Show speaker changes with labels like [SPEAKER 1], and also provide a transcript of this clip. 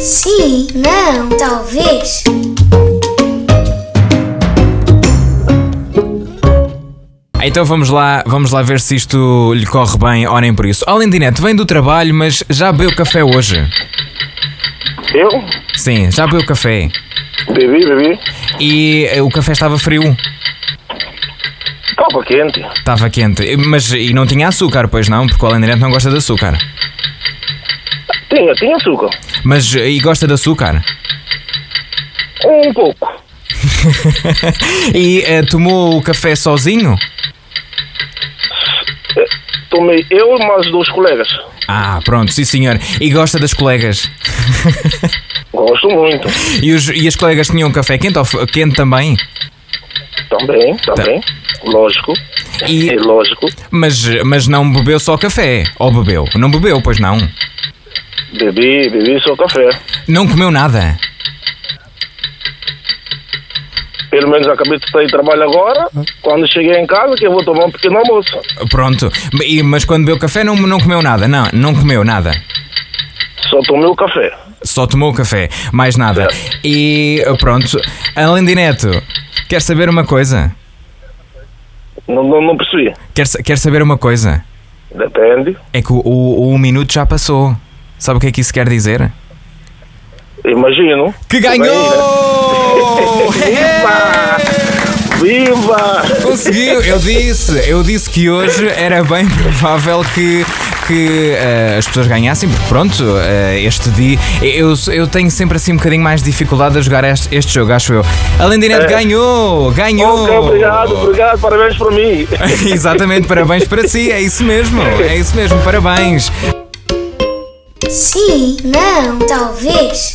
[SPEAKER 1] Sim, não, talvez.
[SPEAKER 2] Então vamos lá, vamos lá ver se isto lhe corre bem, orem por isso. Alendinete, vem do trabalho, mas já bebeu café hoje?
[SPEAKER 3] Eu?
[SPEAKER 2] Sim, já bebeu café.
[SPEAKER 3] Bebi, bebi.
[SPEAKER 2] E eh, o café estava frio,
[SPEAKER 3] Estava quente.
[SPEAKER 2] estava quente. Mas e não tinha açúcar, pois não? Porque o Alendinete não gosta de açúcar.
[SPEAKER 3] Tinha, tinha açúcar.
[SPEAKER 2] Mas eh, e gosta de açúcar?
[SPEAKER 3] Um pouco.
[SPEAKER 2] E eh, tomou o café sozinho?
[SPEAKER 3] É, Tomei eu e mais dois colegas.
[SPEAKER 2] Ah, pronto, sim senhor. E gosta das colegas?
[SPEAKER 3] Gosto muito.
[SPEAKER 2] E, os- e as colegas tinham café quente, ou f- quente também?
[SPEAKER 3] Também, também. Lógico.
[SPEAKER 2] E-
[SPEAKER 3] É lógico.
[SPEAKER 2] Mas, mas não bebeu só café? Ou bebeu? Não bebeu, pois não?
[SPEAKER 3] Bebi, bebi só café.
[SPEAKER 2] Não comeu nada?
[SPEAKER 3] Pelo menos acabei de sair de trabalho agora.
[SPEAKER 2] Hum.
[SPEAKER 3] Quando cheguei em casa, que eu vou tomar um pequeno almoço.
[SPEAKER 2] Pronto. E- mas quando bebeu café não, não comeu nada? Não, não comeu nada.
[SPEAKER 3] Só tomei o café.
[SPEAKER 2] Só tomou café, mais nada. E pronto. Além Neto, quer saber uma coisa?
[SPEAKER 3] Não, não, não percebi.
[SPEAKER 2] Quer, sa- quer saber uma coisa?
[SPEAKER 3] Depende.
[SPEAKER 2] É que o, o, o um minuto já passou. Sabe o que é que isso quer dizer?
[SPEAKER 3] Imagino.
[SPEAKER 2] Que ganhou!
[SPEAKER 3] Viva!
[SPEAKER 2] Conseguiu, eu disse, eu disse que hoje era bem provável que, que eh, as pessoas ganhassem, porque pronto, eh, este dia eu, eu tenho sempre assim um bocadinho mais dificuldade a jogar este, este jogo, acho eu. A Lendinete ganhou, ganhou!
[SPEAKER 3] É. Ok, obrigado, obrigado. Parabéns para mim.
[SPEAKER 2] Exatamente, parabéns para si, é isso mesmo, é isso mesmo, parabéns.
[SPEAKER 1] Sim, não, talvez.